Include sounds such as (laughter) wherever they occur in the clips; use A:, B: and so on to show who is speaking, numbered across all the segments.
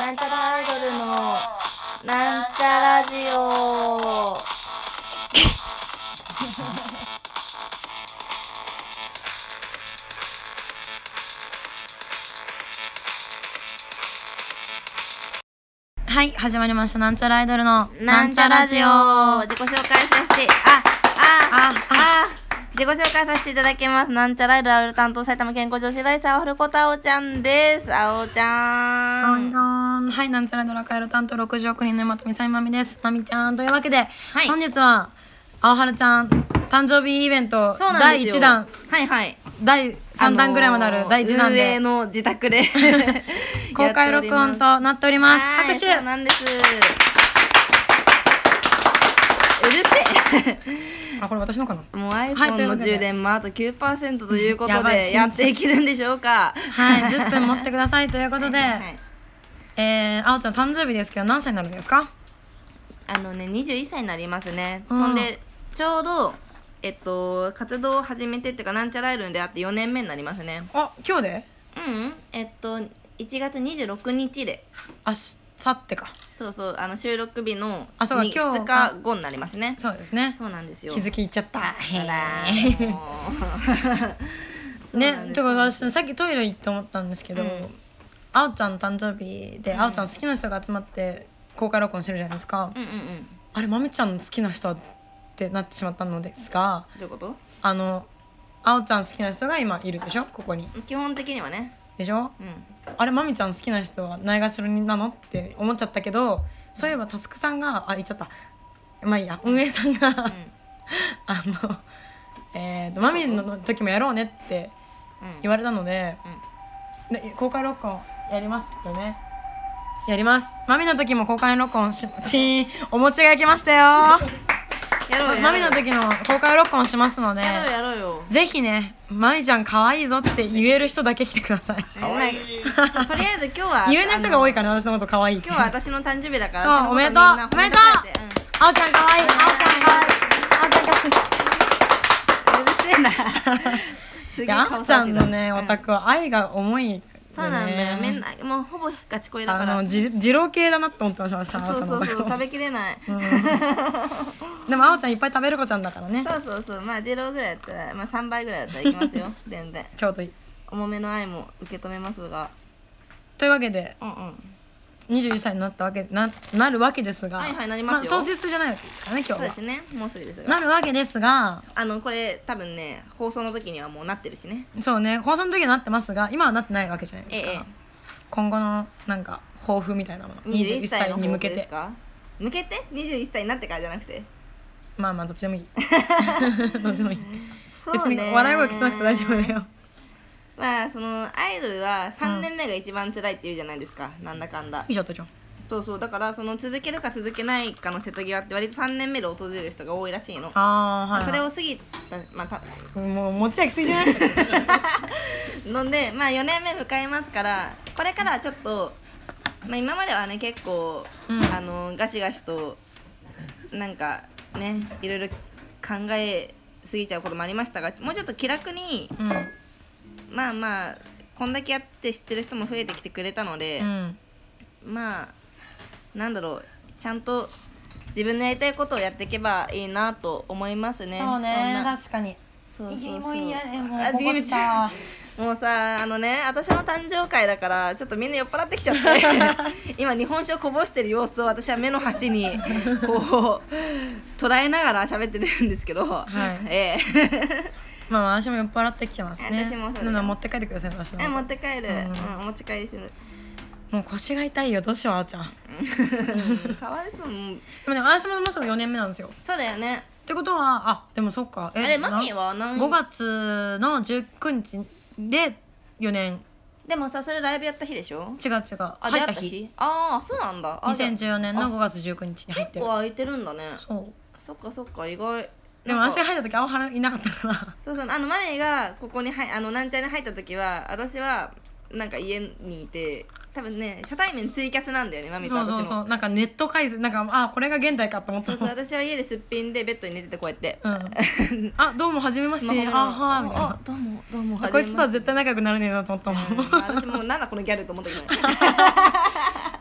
A: なんちゃらアイドルのなんちゃラジオ
B: はい、始まりました。なんちゃらアイドルの
A: なんちゃラジオ自己紹介させてあああ
B: あ
A: あ自己紹介させていただきますなんちゃらアイドルアイドル担当埼玉健康女子大生アホルコタオちゃんですあおちゃん
B: はい、なんちゃらドラカエル担当60億人の山富さんまみです。まみちゃんというわけで、
A: い
B: 本日はあおはるちゃん誕生日イベント
A: そうなん
B: 第
A: です
B: 1
A: よ
B: 弾、
A: はいはい
B: 第3弾ぐらいまであ
A: あ
B: る
A: の
B: 第1弾
A: 運営
B: で
A: の自宅で
B: (laughs) 公開録音
A: やって
B: となってお
A: お
B: り
A: り
B: ま。
A: ますはい
B: 拍手。
A: そうなんですうるせえ
B: あ、これ私のかな。
A: もう
B: はいとい
A: iPhone
B: うこ
A: の
B: とで
A: 充電もあと9%ということ
B: やばい
A: でやっていけるんでしょうか
B: はい、10分持ってくださいということで、
A: はい
B: えー、あおちゃん誕生日ですけど何歳になるんですか？
A: あのね21歳になりますね、
B: うん
A: そんでちょうどえっと活動を始めてっていうかなんちゃらアイルに出会って4年目になりますね
B: あ、今日で？
A: うんうんえっと1月26日で
B: あ、し、去ってか。
A: そうそうあの収録日の
B: あそうか
A: に
B: 今日
A: 2日後になりますね
B: そうですね。
A: そうなんですよ
B: 気づきいっちゃった。へ
A: あら
B: ー
A: ーもうそうなん
B: (laughs) ね、
A: です
B: とか私さっきトイレ行って思ったんですけど、
A: うん
B: あおちゃんの誕生日で、あおちゃん好きな人が集まって公開録音してるじゃないですか、
A: うんうんうん
B: あれまみちゃんの好きな人ってなってしまったのですが
A: どういうこと
B: あのあおちゃん好きな人が今いるでしょここに
A: 基本的にはね
B: でしょ
A: うん
B: あれまみちゃん好きな人はないがしろになのって思っちゃったけどそういえばタスクさんがあ言っちゃったまあいいや運営さん (laughs) が、
A: うん
B: あのえー、とまみの時もやろうねって
A: うん
B: 言われたので、ね公開録音やりますよねやりますマミの時も公開録音し (laughs) ちーんお餅が焼きましたよ
A: やろうやろう
B: マミの時の公開録音しますので
A: やろうやろうよ
B: ぜひねマミちゃん可愛いぞって言える人だけ来てください
A: まあそうとりあえず今日は
B: (laughs) 言えない人が多い
A: か
B: から私のこと可愛いって
A: 今日は私の誕生日だから
B: そう
A: のこと
B: おめでとう
A: みんな褒めたたえて
B: あおちゃん可愛いあおちゃん可愛いあおちゃん可愛
A: う
B: い
A: ん、うるせえなす
B: い
A: げえ
B: や
A: 顔
B: あおちゃんのね
A: さ
B: お
A: れてた
B: 宅は愛が重いよね
A: そうなんだよみんなもうほぼガチ恋だか
B: あ
A: ら
B: のじ二郎系だなって思ってました私あ
A: そ
B: お
A: う
B: ちゃんの
A: そ
B: お
A: う
B: 宅
A: そう
B: は
A: 食べきれない、
B: でもあおちゃんいっぱい食べる子ちゃんだからね
A: そうそうそうまあ二郎ぐらいだったらまあ3倍ぐらいだったらいき
B: (laughs)
A: ますよ全然
B: ちょうどいい
A: 重めの愛も受け止めますが
B: というわけで
A: うんうん
B: 21歳になったわけななるわけですが、
A: はいはいなりますよ
B: あ、当日じゃないですからね今
A: そう
B: 日は
A: ですねもうすぐですが
B: なるわけですが
A: あのこれ多分ね放送の時にはもうなってるしね
B: そうね放送の時になってますが今はなってないわけじゃないですか、
A: ええ
B: 今後のなんか抱負みたいなもの
A: 21
B: 21
A: 歳
B: 歳
A: の
B: に向け
A: 抱負です
B: て
A: か向けて21歳になってからじゃなくて
B: まあまあどっちで
A: (laughs)
B: もいいどっちでもいい
A: そうね
B: 別に笑い声消さなくて大丈夫だよ
A: まあそのアイドルは3年目が一番辛いって言うじゃないですか、なんだかんだ
B: 好きちゃったじゃん
A: そうそうだからその続けるか続けないかの瀬戸際って割と3年目で訪れる人が多いらしいの、
B: ああはい、はい、
A: それを過ぎたまあた
B: もう持ち上げすぎじゃない
A: のでまあ4年目迎えますからこれからはちょっと、まあ、今まではね結構、
B: うん
A: あのガシガシとなんかねいろいろ考えすぎちゃうこともありましたがもうちょっと気楽に
B: うん
A: まあまあこんだけやって知ってる人も増えてきてくれたので
B: う、ん
A: まあなんだろうちゃんと自分のやりたいことをやっていけばいいなと思いますね。
B: そうね
A: んな
B: 確かに
A: そうそう
B: い
A: そう
B: やもういやねもう
A: あ
B: こぼした
A: もうさあのね私の誕生会だからちょっとみんな酔っ払ってきちゃって
B: (laughs)
A: 今日本酒をこぼしてる様子を私は目の端にこう捉えながら喋ってるんですけど、
B: い
A: え
B: まあまあ私も酔っ払ってきてますね
A: 私もそうだよ
B: なので持って帰ってください私
A: え
B: の
A: え持って帰る、
B: う
A: うん、お持ち帰りする、
B: もう腰が痛いよどうしようあおちゃんで
A: うん、かわいそううん
B: もね私ももうすぐ4年目なんですよっ
A: そうだよね
B: てことはあでもそっかえ
A: あれマミーは何
B: 5月の19日で4年
A: でもさそれライブやった日でしょ
B: 違う違う
A: あ
B: 入った
A: 出会
B: 日
A: ああそうなんだあじゃあ
B: 2014年の5月19日に入っ
A: 結
B: てる
A: 構空いてるんだね
B: そう
A: そっかそっか意外
B: でも私
A: な
B: が
A: んか
B: 入った時青春いなかっ
A: (laughs)
B: たから
A: そうそうあのマメがここに入あのなんちゃらに入った時は私はなんか家にいて多分ね初対面ツイキャスなんだよねマメと
B: そ
A: 私も
B: うそうそうなんかネット回線なんかあこれが現代かと思った
A: そうそう私は家ですっぴんでベッドに寝ててこうやって
B: うんあどうもはじめまし
A: スマホ
B: て
A: の
B: あはーみたいな
A: あどうもどうも
B: こいつとは
A: はじ
B: 絶対仲良くなれねえなと思ったもん
A: めましてうん私もうなんだこのギャルと思ったけどね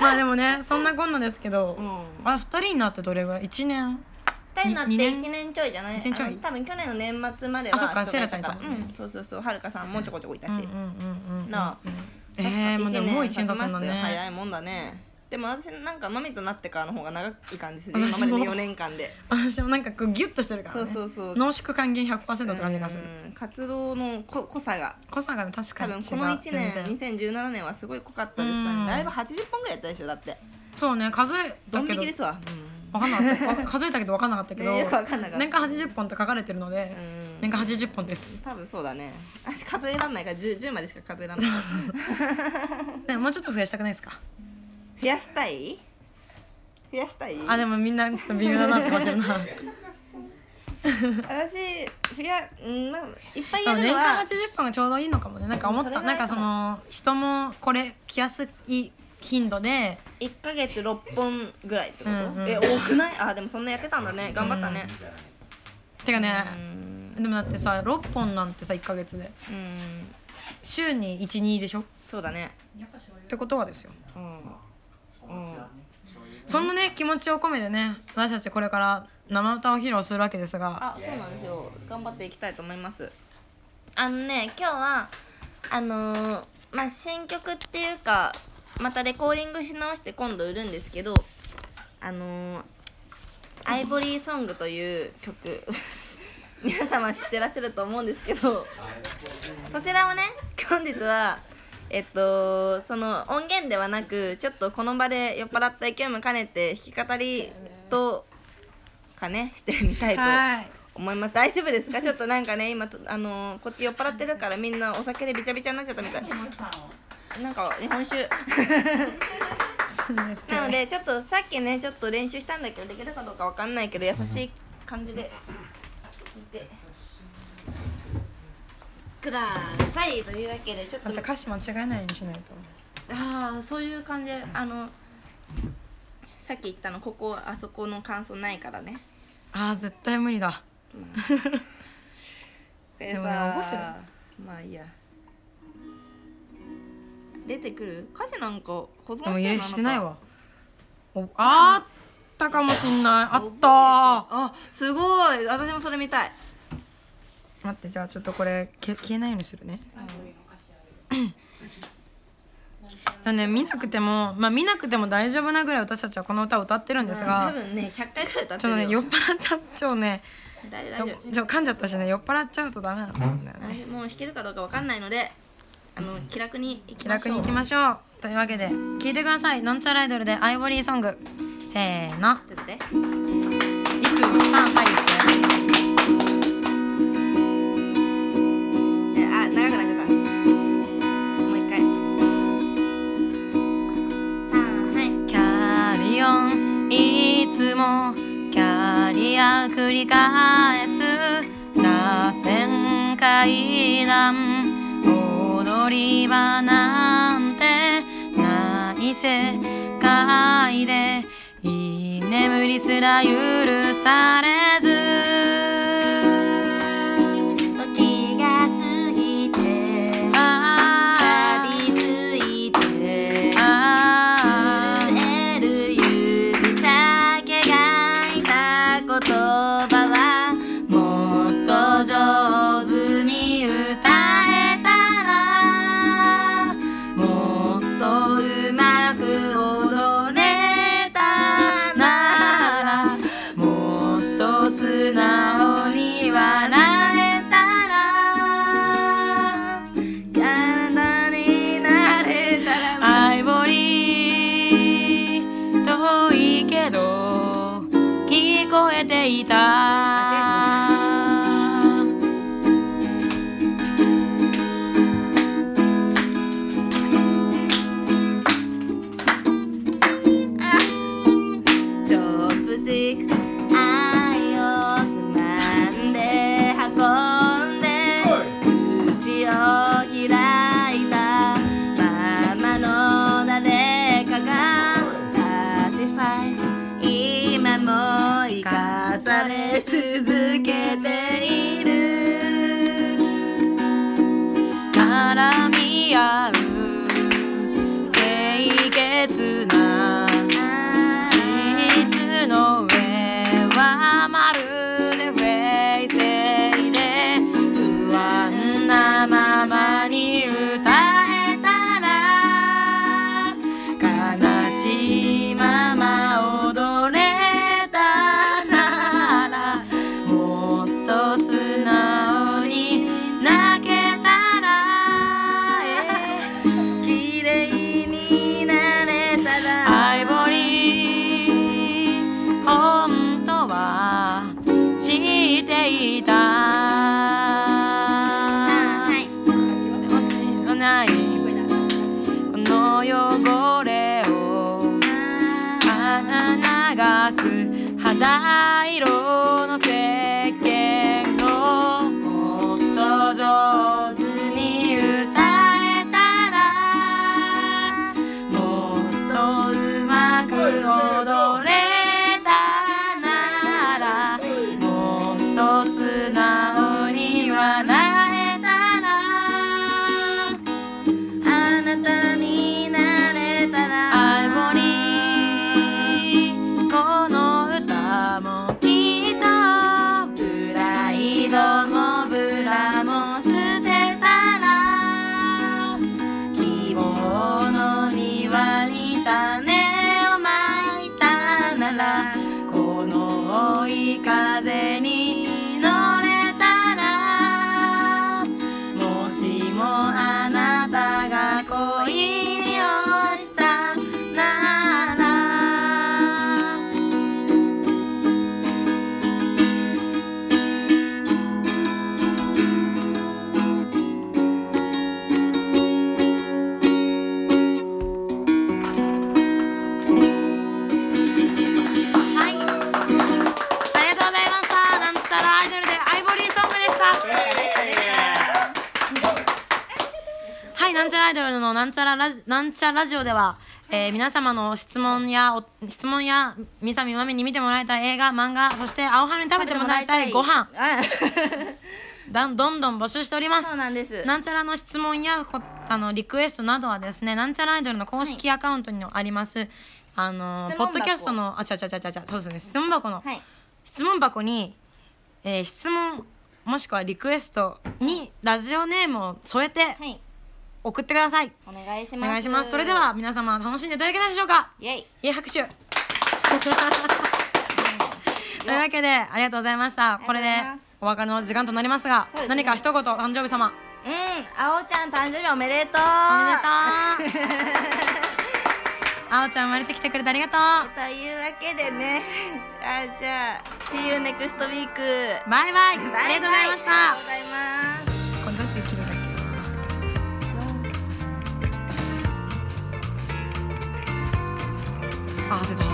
B: まあでもねそんなこんなですけど、
A: うん
B: あ二人になってどれぐらい一年
A: 二人になって
B: に二年
A: 1年ちょいじゃない
B: 一年ちょい
A: あの多分去年の年末までは
B: あそっか
A: 人がいたら
B: セラちゃんいたもんね
A: うん、そうそうそうはるかさんもちょこちょこいたし、
B: うんうんうんうん
A: なあ
B: ええー、まあでももう一年経つんだ
A: 経ちましたよ早
B: ね
A: いもんだねでも私なんかマミとなってからの方が長い感じする今
B: 私も
A: までの4年間で
B: 私もなんかこうギュッとしてるから、ね、
A: そうそうそう
B: 濃縮還元100%って感じがする、
A: うん活動のこ濃さが
B: 濃さがね確か
A: 多
B: に違
A: 分
B: う
A: この1年
B: 全然
A: 2017年はすごい濃かったですから
B: うん
A: ねライブ80本ぐらいやったでしょだって
B: そうね数え
A: ド
B: た
A: ン
B: け
A: 引
B: ど
A: きですわ、
B: わかんなかったわ数えたけど分かんなかったけど、
A: ねよくわかんなかった
B: 年間80本って書かれてるので、
A: うん
B: 年間80本です
A: 多分そうだね私数えらんないから 10, 10までしか数えらんないから
B: ねもうちょっと増やしたくないですか
A: 増やしたい増やしたい
B: あでもみんなちょっと微妙だなって感じる
A: (laughs)
B: な
A: 私増やうんまあいっぱい
B: で
A: やるの
B: も年間
A: は
B: 80本がちょうどいいのかもねなんか思っ
A: うんそ
B: た
A: れ
B: な
A: がい
B: ん
A: いかも
B: かその人もこれ来やすい頻度で
A: 1ヶ月6本ぐらいってこと、
B: うんうん
A: え多くないあでもそんなやってたんだね頑張ったね
B: てかね
A: うん
B: でもだってさ6本なんてさ1ヶ月で
A: うん
B: 週に12でしょっ
A: そうだね
B: てことはですよ
A: うん、うん
B: そんなね気持ちを込めてね私たちこれから生歌を披露するわけですが
A: あそうなんですよ頑張っていきたいと思いますあのね今日はあのーまあ新曲っていうかまたレコーディングし直して今度売るんですけどあのーアイボリーソングという曲 (laughs) 皆様知ってらっしゃると思うんですけどそちらをね本日はえっとその音源ではなくちょっとこの場で酔っ払った勢いも兼ねて弾き語りとかねしてみたいと (laughs)
B: はい
A: 思います大丈夫ですかちょっ (laughs) となんかね今とあのーこっち酔っ払ってるからみんなお酒でびちゃびちゃになっちゃったみたいなんか日本酒 (laughs) なのでちょっとさっきねちょっと練習したんだけどできるかどうかわかんないけど優しい感じで聞いてくださいというわけでちょっ
B: ま
A: と
B: た歌詞間違えないようにしないと
A: ああそういう感じであのさっき言ったのここあそこの感想ないからね
B: あー絶対無理だ
A: これ
B: で
A: さ
B: もね覚
A: まあいいや出てくる歌詞なんか保存し
B: で
A: て
B: も
A: る
B: い
A: の
B: えしてない
A: んか
B: わおあったかもしんないあったー
A: あすごい私もそれ見たい
B: 待ってじゃあちょっとこれけ消えないようにするね。だね見なくてもまあ見なくても大丈夫なぐらい私たちはこの歌を歌ってるんです
A: 多
B: が、
A: 分ね100回くらい歌っ
B: ち
A: て
B: ょっ
A: る
B: とね
A: よ
B: 酔っ払っちゃっちゃうね。
A: 大丈夫
B: よ
A: 大丈夫
B: ちょ噛んじゃったしね酔っ払っちゃうとダメなんだよね。
A: あもう弾けるかどうかわかんないのであの気楽に行き
B: 気
A: まし
B: 楽
A: ょう
B: に行きましょう。というわけで聞いてください。なんちゃらアイドルでアイボリーソング。せーの。
A: ちょっと待って
B: いつさんはい。
A: えあ長くなっちゃったもう一回さあはい
B: キャリオンいつもキャリア繰り返す螺旋階段踊り場なんてない世界で居眠りすら許されず
A: 時が過ぎて
B: あー
A: 旅ついて
B: あー
A: 震える指先がいた言葉は
B: もっと上手に歌えたらもっとうまく踊れたならもっと素ないこの汚れをあ流す肌色の石鹸をもっと上手に歌えたらもっとうまく踊れたならもっと素直に笑えたらあなたになれたら青森この歌もきっとプライドもブラも捨てたら希望の庭に種をまいたならこの追い風に乗れたらもしもあなたが恋に落ちたならはいありがとうございましたなんたらアイドルでアイボリーソングでしたはい、なんちゃらアイドルのなんちゃらラジなんちゃラジオでは、えー皆様の質問やお質問やみさみまみに見てもらいたい映画漫画そして青春に食べてもらいたいご飯
A: あ
B: だんどんどん募集しております
A: そうなんです
B: なんちゃらの質問やこあのリクエストなどはですねなんちゃらアイドルの公式アカウントにあります、あの
A: 質
B: ポ
A: 問箱
B: ッドキャストのあちゃちゃちゃちゃちゃそうですね質問箱の、
A: はい
B: 質問箱に、えー質問もしくはリクエストにラジオネームを添えて
A: はい
B: 送ってください
A: お願いし
B: お
A: ます
B: 願いしますそれでは皆様楽しんでいただけたでしょうか
A: イエイ
B: (laughs) いえ拍手というわけでありがとうございましたこれで
A: ありがとうございます
B: お別れの時間となりますが
A: そうですね
B: 何か一言誕生日様
A: うんあおちゃん誕生日おめでとう
B: おめでとう (laughs) あおちゃん生まれてきてくれてありがとう
A: というわけでねあじゃあ See you next week
B: バイバイありがとうございま
A: ありがとう
B: した
A: ございます
B: これどうやって切るんだっけなあ出た